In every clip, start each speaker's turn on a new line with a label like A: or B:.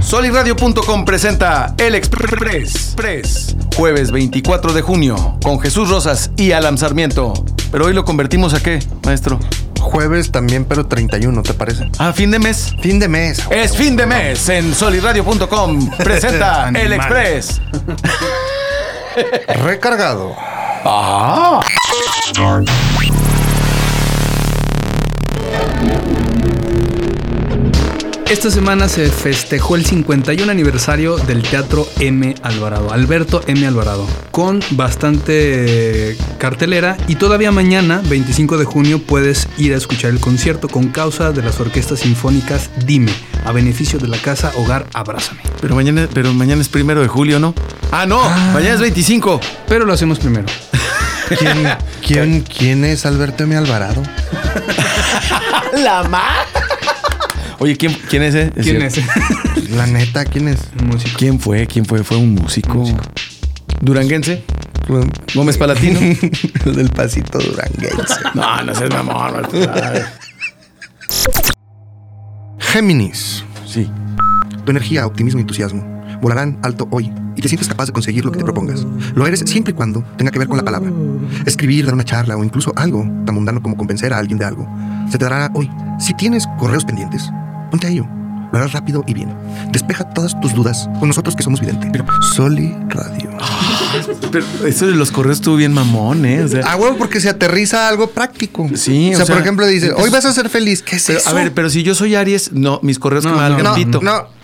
A: Soliradio.com presenta El Express. Press. Jueves 24 de junio con Jesús Rosas y Alam Sarmiento. Pero hoy lo convertimos a qué, maestro?
B: Jueves también, pero 31, ¿te parece?
A: A fin de mes.
B: Fin de mes.
A: Es fin de mes en soliradio.com. Presenta El
C: Animal.
A: Express.
B: Recargado.
D: Esta semana se festejó el 51 aniversario del Teatro M. Alvarado, Alberto M. Alvarado, con bastante eh, cartelera y todavía mañana, 25 de junio, puedes ir a escuchar el concierto con causa de las orquestas sinfónicas Dime, a beneficio de la casa Hogar Abrázame.
A: Pero mañana, pero mañana es primero de julio, ¿no? Ah, no. Mañana es 25.
D: Pero lo hacemos primero.
B: ¿Quién, quién, quién es Alberto M. Alvarado?
A: La Oye, ¿quién, quién es ese?
D: ¿Quién es?
B: La neta, ¿quién es?
D: Un Músico.
A: ¿Quién fue? ¿Quién fue? Fue un músico. Duranguense. Gómez Palatino.
B: El del pasito duranguense.
A: no, no seas mamón. Marta.
B: Géminis.
A: Sí.
B: Tu energía, optimismo y entusiasmo volarán alto hoy y te sientes capaz de conseguir lo que te propongas. Lo eres siempre y cuando tenga que ver con la palabra. Escribir, dar una charla o incluso algo tan mundano como convencer a alguien de algo. Se te dará hoy. Si tienes correos pendientes, ponte a ello. Lo harás rápido y bien. Despeja todas tus dudas con nosotros que somos vidente. Soli Radio. Ah,
A: Pero eso de los correos estuvo bien mamón, ¿eh? O sea,
B: Ah, huevo, porque se aterriza a algo práctico.
A: Sí,
B: o
A: o
B: sea,
A: sea,
B: por ejemplo, dice,
A: entonces-
B: hoy vas a ser feliz. ¿Qué es
A: pero,
B: eso?
A: a ver, pero si yo soy Aries, no, mis correos
D: No,
A: que me valgan
D: no,
A: pito.
B: no, no.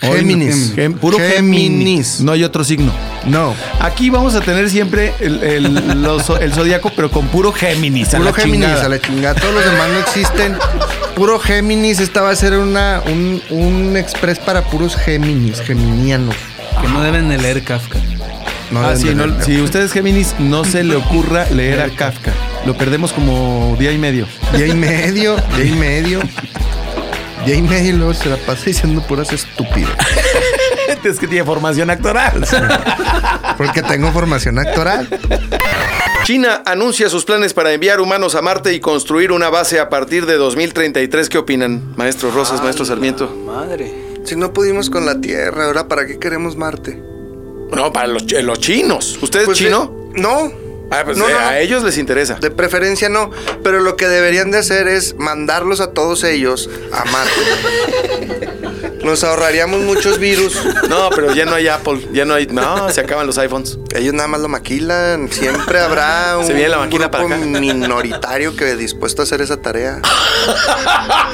A: Hoy no.
B: Géminis.
A: Gem- puro Géminis.
B: Géminis.
A: No hay otro signo.
B: No.
A: Aquí vamos a tener siempre el, el, los- el zodiaco, pero con puro Géminis. a
B: Puro
A: la
B: Géminis,
A: chingada.
B: a la chingada. Todos los demás no existen. Puro Géminis, esta va a ser una, un, un express para puros Géminis, geminianos.
D: Que no deben de leer Kafka.
B: No
A: Ah,
B: deben
A: sí,
B: de
A: no-
B: leer.
A: si usted es Géminis, no se le ocurra leer a Kafka. Lo perdemos como día y medio.
B: Día y medio, día y medio. Día y medio y luego se la pasa diciendo puras estúpidas.
A: es que tiene formación actoral.
B: Porque tengo formación actoral.
A: China anuncia sus planes para enviar humanos a Marte y construir una base a partir de 2033. ¿Qué opinan, maestro Rosas, maestro Sarmiento?
E: Madre.
B: Si no pudimos con la Tierra, ahora para qué queremos Marte?
A: No, para los, chi- los chinos. ¿Usted es
B: Pues,
A: chino?
B: eh, no.
A: Ah, pues,
B: no,
A: eh,
B: no, no.
A: A ellos les interesa.
B: De preferencia no, pero lo que deberían de hacer es mandarlos a todos ellos a Marte. Nos ahorraríamos muchos virus.
A: No, pero ya no hay Apple, ya no hay... No, se acaban los iPhones.
B: Ellos nada más lo maquilan. Siempre habrá un
A: Se viene la maquila para
B: grupo
A: acá.
B: minoritario que dispuesto a hacer esa tarea.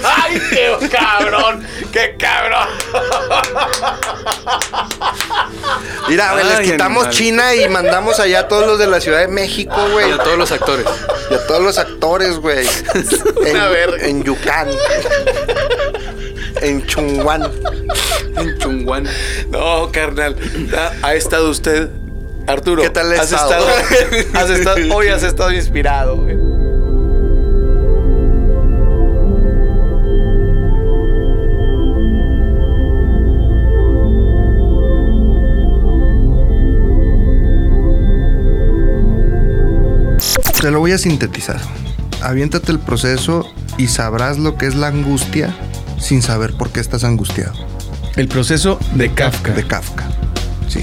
A: ¡Ay, qué cabrón! ¡Qué cabrón!
B: Mira, güey, les
E: Ay,
B: quitamos
E: animal.
B: China y mandamos allá a todos los de la Ciudad de México, güey.
E: Y a todos los actores.
B: Y a todos los actores, güey.
A: Una verga.
B: En, en Yucán. En Chunguán.
E: En Chunguán.
A: No, carnal. Ha- Ha estado usted, Arturo.
B: ¿Qué tal ha
A: has
B: estado?
A: has estado- hoy has estado inspirado. güey.
B: Te lo voy a sintetizar. Aviéntate el proceso y sabrás lo que es la angustia sin saber por qué estás angustiado.
A: El proceso de Kafka.
B: De Kafka. Sí.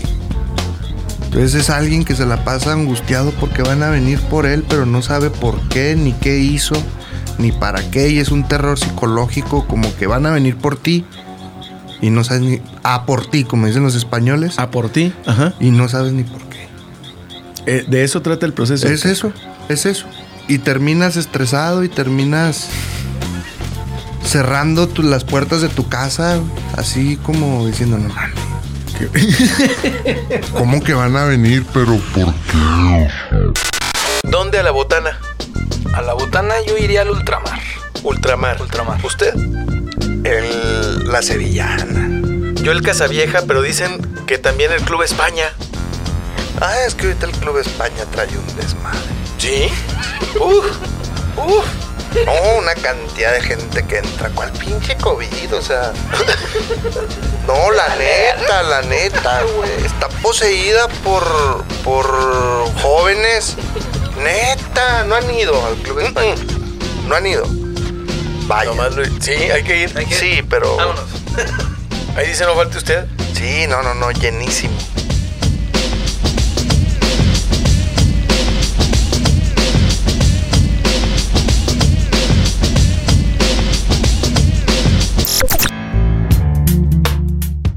B: Entonces es alguien que se la pasa angustiado porque van a venir por él, pero no sabe por qué, ni qué hizo, ni para qué. Y es un terror psicológico como que van a venir por ti y no sabes ni... A por ti, como dicen los españoles.
A: A Ah, por ti. Ajá.
B: Y no sabes ni por qué.
A: Eh, de eso trata el proceso.
B: Es eso, es eso. Y terminas estresado y terminas cerrando tu- las puertas de tu casa, así como diciendo, no mames. ¿qué- ¿Cómo que van a venir? Pero por
A: ¿Dónde a la botana?
E: A la botana yo iría al ultramar.
A: Ultramar.
E: Ultramar.
A: ¿Usted?
B: el- la sevillana.
A: Yo el Casavieja, pero dicen que también el Club España.
B: Ah, es que ahorita el Club España trae un desmadre.
A: ¿Sí?
B: No, una cantidad de gente que entra, cual pinche COVID, o sea. No, la neta, la neta, güey. Está poseída por, por jóvenes. Neta, no han ido al Club España. No han ido. Vaya.
A: Sí, hay que ir.
B: Sí, pero.
A: Ahí dice no falte usted.
B: Sí, no, no, no, llenísimo.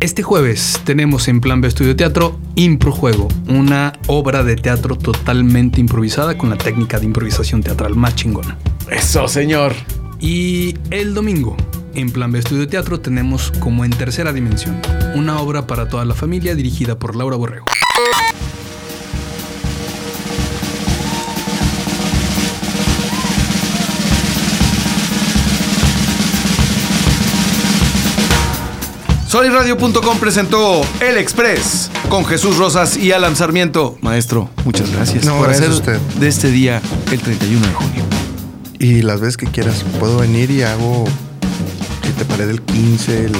D: Este jueves tenemos en Plan B Estudio Teatro Improjuego, una obra de teatro totalmente improvisada con la técnica de improvisación teatral más chingona.
A: Eso, señor.
D: Y el domingo, en Plan B Estudio Teatro, tenemos como en tercera dimensión, una obra para toda la familia dirigida por Laura Borrego.
A: Soliradio.com presentó El Express con Jesús Rosas y Alan Sarmiento. Maestro, muchas gracias
B: No,
A: por
B: gracias a
A: hacer
B: usted.
A: de este día el 31 de junio.
B: Y las veces que quieras, puedo venir y hago, si te parece, el 15, el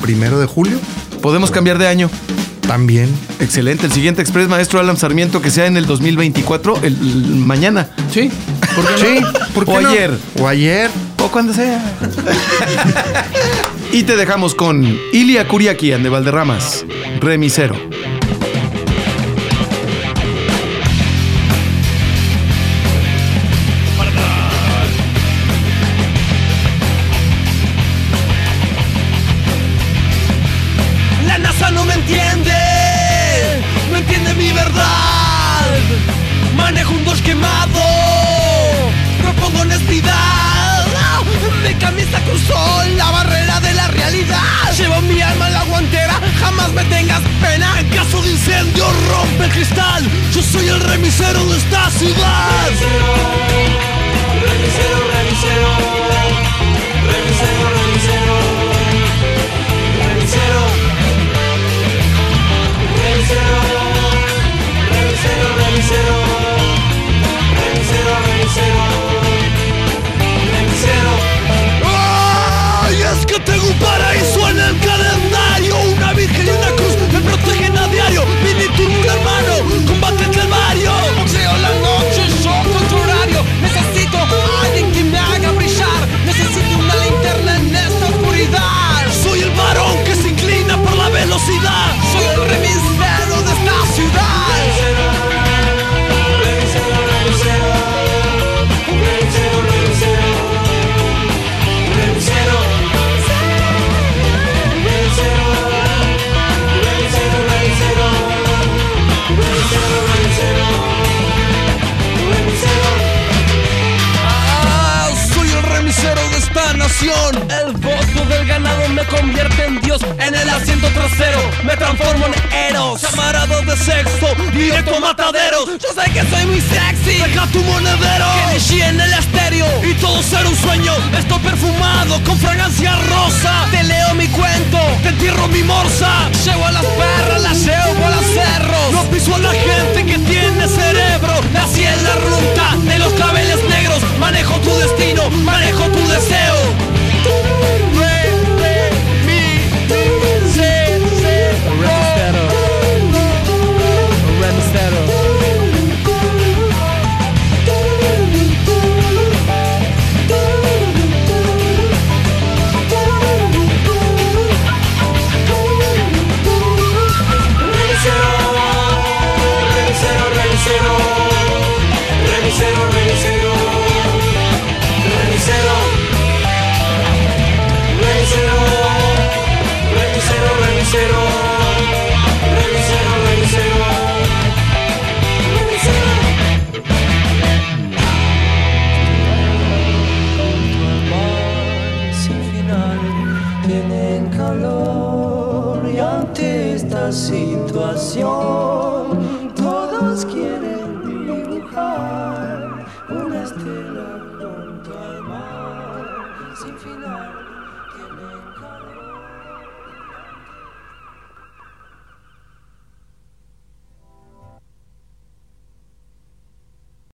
B: primero de julio.
A: Podemos cambiar de año.
B: También.
A: Excelente. El siguiente Express, maestro Alan Sarmiento, que sea en el 2024, el, el mañana.
D: Sí, ¿por qué no?
B: Sí, ¿por qué
A: O
B: no?
A: ayer.
B: O ayer.
A: O cuando sea. y te dejamos con Ilia Curiaquian de Valderramas, remisero.
C: La NASA no me entiende, no entiende mi verdad. Manejo un dos quemado, propongo honestidad. ¡Ah! Mi camisa cruzó la barrera de la realidad. Llevo mi alma en la guantera, jamás me tengas pena. En caso de incendio rompe el cristal. Yo soy el remisero de esta ciudad. remisero, remisero, remisero, remisero. remisero. ¡Ay! Es que tengo un paraíso en el calendario Una virgen y una cruz me protegen a diario Mini turno un hermano, combate el calvario Boxeo la noche, yo contra horario Necesito a alguien que me haga brillar Necesito una linterna en esta oscuridad Soy el varón que se inclina por la velocidad Soy el remisero de esta ciudad Ah, soy el remisero de esta nación. El voto del ganado me convierte en Dios. En el asiento trasero me transformo en Eros. Camarado de sexo, directo a mataderos. Yo sé que soy muy sexy. Deja tu monedero. Kenichi en el estéreo. Y todo será un sueño. Estoy perfumado con fragancia rosa. Te leo mi cuento, te entierro mi morsa. Llevo a las perras, las llevo a los cerros. No piso a la gente que tiene cerebro. Nací en la ruta de los claveles negros. Manejo tu destino, manejo tu deseo. Re, re, mi, se, se, ro.
F: sin final tienen calor y ante esta situación todos quieren dibujar una estela junto al mar sin final tienen